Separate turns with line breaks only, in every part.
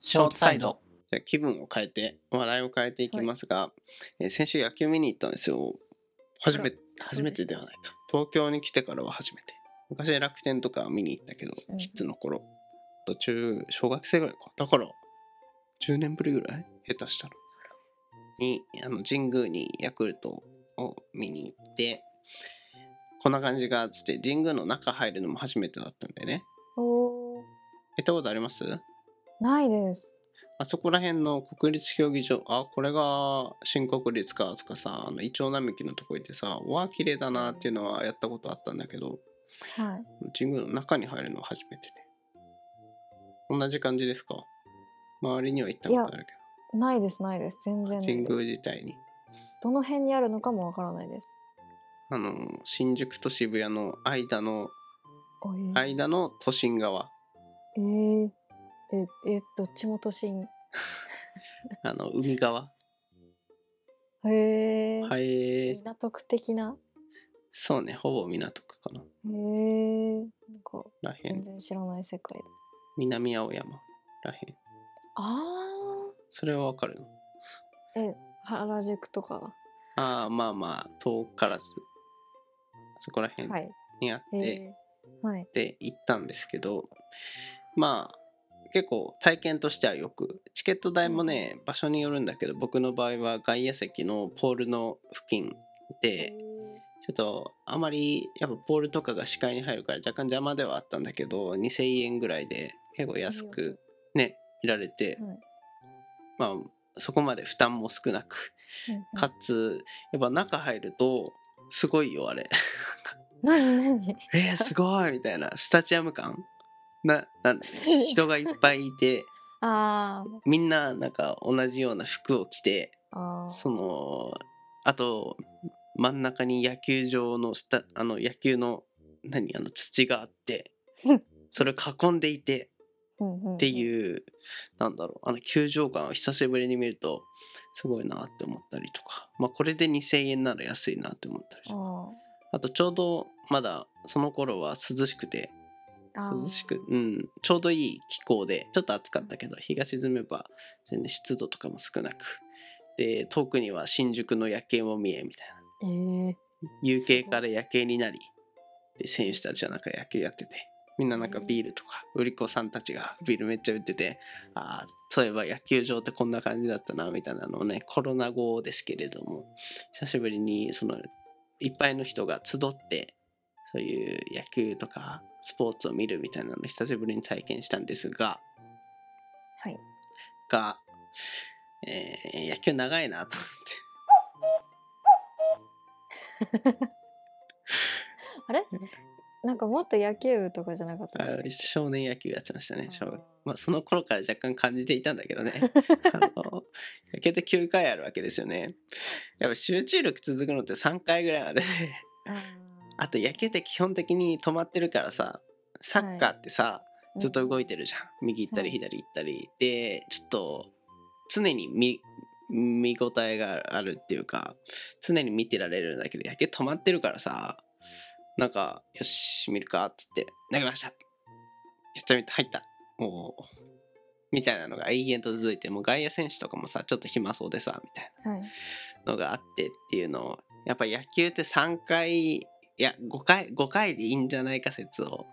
ショートサイド。
じゃあ気分を変えて話題を変えていきますが、えー先週野球見に行ったんですよ初め
あら
初めてではないか東京に来てからは初めて昔楽天とか見に行ったけど、
うん
キッズの頃と中小学生ぐらいかだから10年ぶりぐらい下手したらにあの神宮にヤクルトを見に行ってこんな感じがっつって神宮の中入るのも初めてだったんでね
おー
行ったことあります
ないです。
あそこら辺の国立競技場、あ、これが新国立かとかさ、あのイチョウ並木のとこ行ってさ、うわ、綺麗だなっていうのはやったことあったんだけど、
はい。
神宮の中に入るのは初めてで。同じ感じですか周りには行ったことある
ないです、ないです。全
けど、
然ない
神
です
宮自体に。
どの辺にあるのかもわからないです。
あの、新宿と渋谷の間の、
おえー
間の都心側。
えーえ、え、どっちも都心。
あの、海側。
へえ、
はい。
港区的な。
そうね、ほぼ港区かな。
へえ、なんから
へ
全
ん。
然知らない世界だ。
南青山。らへん。
あ
それはわかるの
あ、え、原宿とか。
ああまあまあ遠からずそこら辺
はい。
にあって、
へえ、はい。
で行ったんですけどまあ結構体験としてはよくチケット代もね場所によるんだけど僕の場合は外野席のポールの付近でちょっとあまりやっぱポールとかが視界に入るから若干邪魔ではあったんだけど2,000円ぐらいで結構安
いいよ
くね見られて、
はい
まあそこまで負担も少なく かつやっぱ中入るとすごいよあれ
なになに。
えー、すごいみたいなスタジアム感ななんだろう人がいっぱいいて
あー
みんななんか同じような服を着て
あー。
そのあと真ん中に野球場のスタあの野球の何あの土があって
うん
それを囲んでいて
っ
って
う
いうなんだろうあの球場感を久しぶりに見るとすごいなって思ったりとかまあこれで2,000円なら安いなって思ったりと
ん
か
うん。あ
あとちょうどまだその頃は涼しくて
あー
涼しく、うん、ちょうどいい気候でちょっと暑かったけど日が沈めば全然湿度とかも少なくで遠くには新宿の夜景も見えみたいな
ー。ええ。
夕景
すごい
から夜景になりで選手たちはなんか野球やっててみんななんかビールとか売り子さんたちがビールめっちゃ売っててああそういえば野球場ってこんな感じだったなみたいなのをねコロナ後ですけれども久しぶりにそのいっぱいの人が集ってそういう野球とかスポーツを見るみたいなのを久しぶりに体験したんですが
はい。
が、えー野球長いなと思って
あれなんかもっと野球部とかじゃなかった
あ
んで す
少年野球やってましたね小学
あー
まあその頃から若干感じていたんだけどねあの野球って9回あるわけですよねやっぱ集中力続くのって3回ぐらいまでで
か
あと野球って基本的に止まってるからさサッカーってさ、ずっと動いてるじゃん右行ったり
はい
左行ったりでちょっと常に見見応えがあるっていうか常に見てられるんだけど野球止まってるからさなんかよし見るかっつって投げましたやっちゃみた入ったおおみたいなのが永遠と続いてもう外野選手とかもさちょっと暇そうでさみたいな
はい。
のがあってっていうのをやっぱ野球って3回いや5回5回でいいんじゃないか説を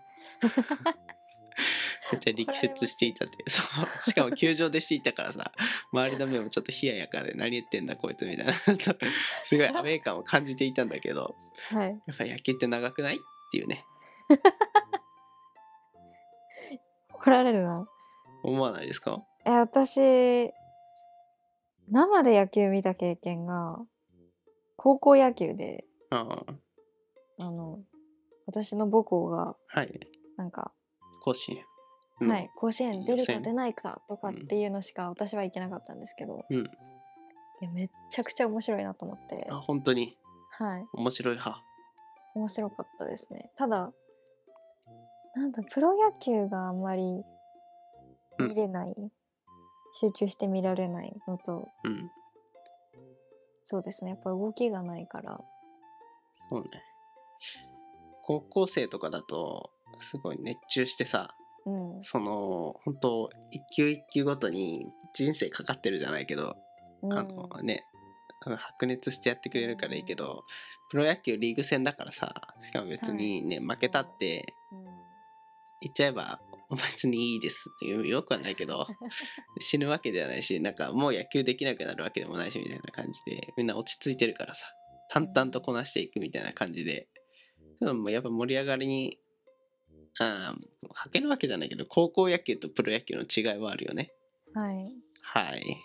めっちゃ力説していたってそうしかも球場でしていたからさ周りの目もちょっと冷ややかで何言ってんだこいつみたいなすごいアウェー感を感じていたんだけど
はい。
やっぱ野球って長くないっていうね
怒られるな。
思わないですか
え、私、生で野球見た経験が、高校野球で、
ああ
あの、私の母校が、
はい
なんか、
甲子園、うん
はい、甲子園出る
予
か
選
出ないかとかっ
うん
ていうのしか私は行けなかったんですけど、
うん
いやめっちゃくちゃ面白いなと思って、
あ本当に
はい、
面白い派
面白かったですね。ただ、なんだ、プロ野球があんまり
うん
見れない、集中して見られないのと、
うん
そうですね、やっぱ動きがないから、
そうね。高校生とかだと、すごい熱中してさ、
うん
その本当一球一球ごとに人生かかってるじゃないけど、
うん
あのね白熱してやってくれるからいいけどプロ野球リーグ戦だからさしかも別にね、負けたって言っちゃえば別にいいですっていうよくはないけ ど死ぬわけではないしなんかもう野球できなくなるわけでもないしみたいな感じでみんな落ち着いてるからさ淡々とこなしていくみたいな感じででもやっぱ盛り上がりにあー欠けるわけじゃないけど高校野球とプロ野球の違いはあるよね
うんはい
はい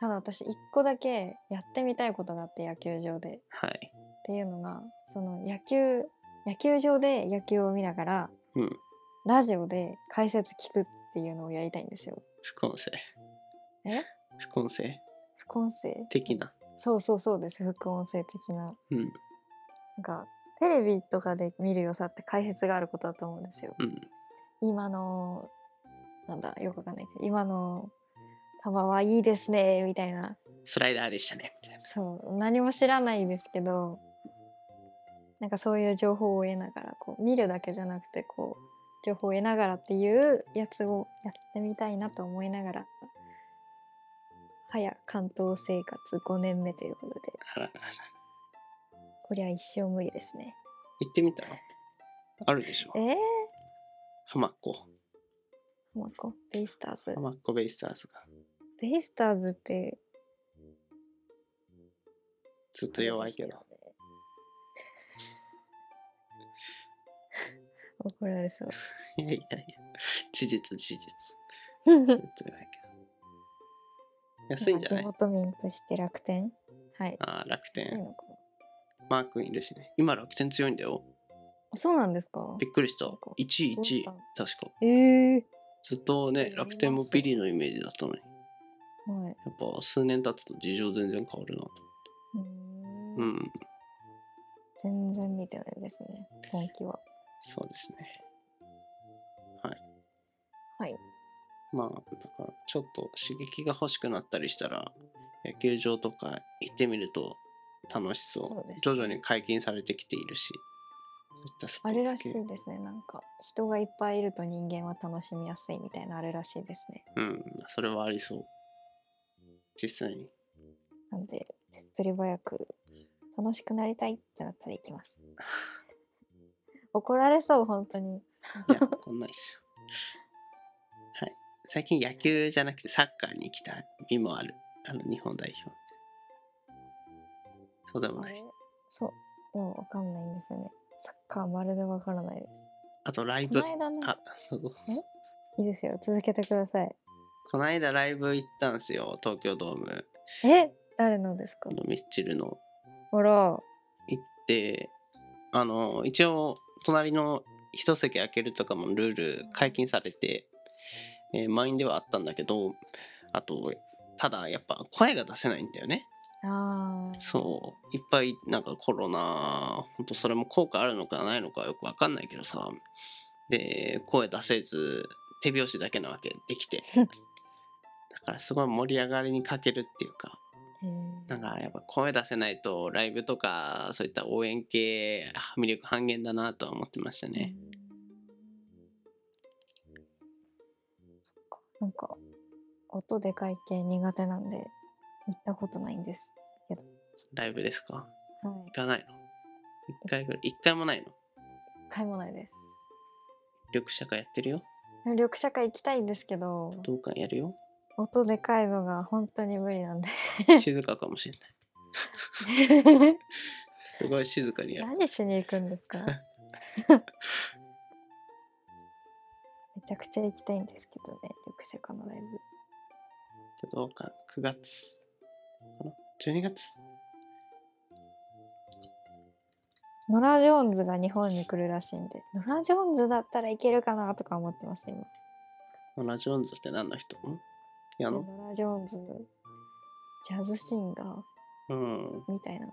ただ私一個だけやってみたいことがあって野球場で
はい
っていうのがその野球野球場で野球を見ながら、
うん
ラジオで解説聞くっていうのをやりたいんですよ。
副音声
え
副音声
副音声
的な
そうそうそうです副音声的な。
うん
なんかテレビとかで見る良さって解説があることだと思うんですよ。
うん
今のなんだよくわかんないけど今の球はいいですねみたいな
スライダーでしたねみたいな
そう何も知らないですけどなんかそういう情報を得ながらこう見るだけじゃなくてこう情報を得ながらっていうやつをやってみたいなと思いながら早関東生活5年目ということで
あららら
こりゃ一生無理ですね
行ってみたらあるでしょ
えー、
浜っ子
まあこうベイスターズ
浜っ子ベイスターズが
ベイスターズって
ずっと弱いけど
あれでしたよね怒られそう
いやいやいや事実事実ずっと弱いけど安いんじゃない
まあ地元民として楽天はい
ああ楽
そうな
天
のかな
マー君いるしね今楽天強いんだよ
あそうなんですか
びっくりした
そうか
1位
どう
1
し
位
た
確か
ええ
ずっとね楽天もビリのイメージだったのに
はい
やっぱ数年経つと事情全然変わるなと
うー
うんん
全然見てないですね本気は
そうですね
はい
まあだからちょっと刺激が欲しくなったりしたら野球場とか行ってみると楽しそう
そうですね
徐々に解禁されてきているしそういったスポ
あれ
ー
ら
ツ
し
系
いですねなんか人がいっぱいいると人間は楽しみやすいみたいなあれらしいですね
うんそれはありそう実 際に
なんで手っ取り早く楽しくなりたいってなったら行きます怒られそう本当に
いや、こんないっしょ。はい。最近野球じゃなくてサッカーに来た身もある。あの、日本代表。そうでも
あ
な
れ
い。
そうでもわかんないんですよねサッカーまるでわからないです
あとライ
こ
ブ
の。間ね
あ、どうぞ
いいですよ続けてください
この間ライブ行ったんすよ。東京ドーム
え誰のですか
のミスチルの。
ほら
行って、あの、一応、隣の一席空けるとかもルール解禁されて、えー満員ではあったんだけど、あと、ただやっぱ声が出せないんだよね。
あー
そういっぱいなんかコロナほんとそれも効果あるのかないのかよく分かんないけどさで声出せず手拍子だけなわけできてだからすごい盛り上がりに欠けるっていうか
へ
な
ー
んかやっぱ声出せないとライブとかそういった応援系あ魅力半減だなとは思ってましたね
そっかなんか音でかい系苦手なんで行ったことないんです
ライブですか
はい
行かないの一回ぐらい一回もないの
買い物ないです
緑茶会やってるよ
緑茶会行きたいんですけど
武道館やる よ
音でかいのが本当に無理なんで
静かかもしれないすごい静かにやる
何しに行く んですかめちゃくちゃ行きたいんですけどね緑茶会のライブ
武道館9月かな12月
ノラ・ジョーンズが日本に来るらしいんで、ノラ・ジョーンズだったらいけるかなとか思ってます、今。
ノラ・ジョーンズって何の人んピアノ
ノラ・ジョーンズ、ジャズシンガー
うん
みたいな。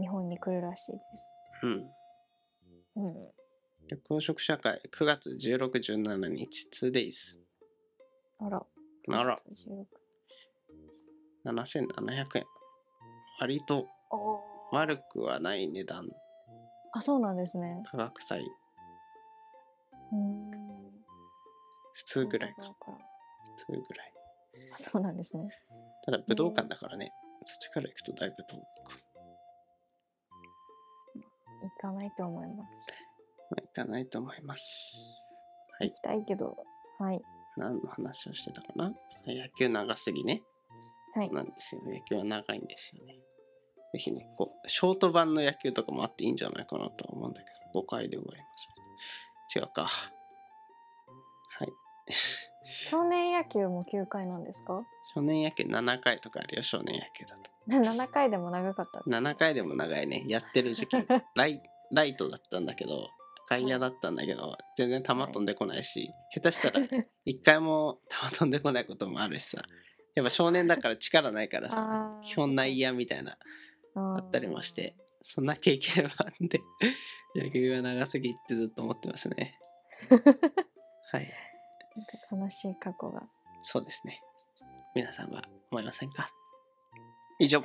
日本に来るらしいです。
うん
うん。
緑黄色社会9月1617日 2days
あら。
あら
9月16
7700円割と
おー
悪くはない値段
あ、そうなんですね。
価格帯
うん
普通ぐらいか
そうかそうか
普通ぐらい
あそうなんですね
ただ武道館だからねそっちから行くとだいぶ遠くか
行かないと思います
まあ行かないと思います
行きたいけどはい
何の話をしてたかな野球長すぎね
はい
なんですよ野球は長いんですよねぜひねこうショート版の野球とかもあっていいんじゃないかなとは思うんだけど5回で終わります違うかはい
少年野球も9回なんですか
少年野球7回とかあるよ少年野球だと
7回でも長かった
7回でも長いねやってる 時期ライライトだったんだけど外野だったんだけど全然球飛んでこないし下手したら一回も球飛んでこないこともあるしさやっぱ少年だから力ないからさ
あー
基本内野みたいな
あ
あったりもして そんな経験もあって 野球が長すぎってずっと思ってますねはい
なんか悲しい過去が
そうですね皆さんは思いませんか以上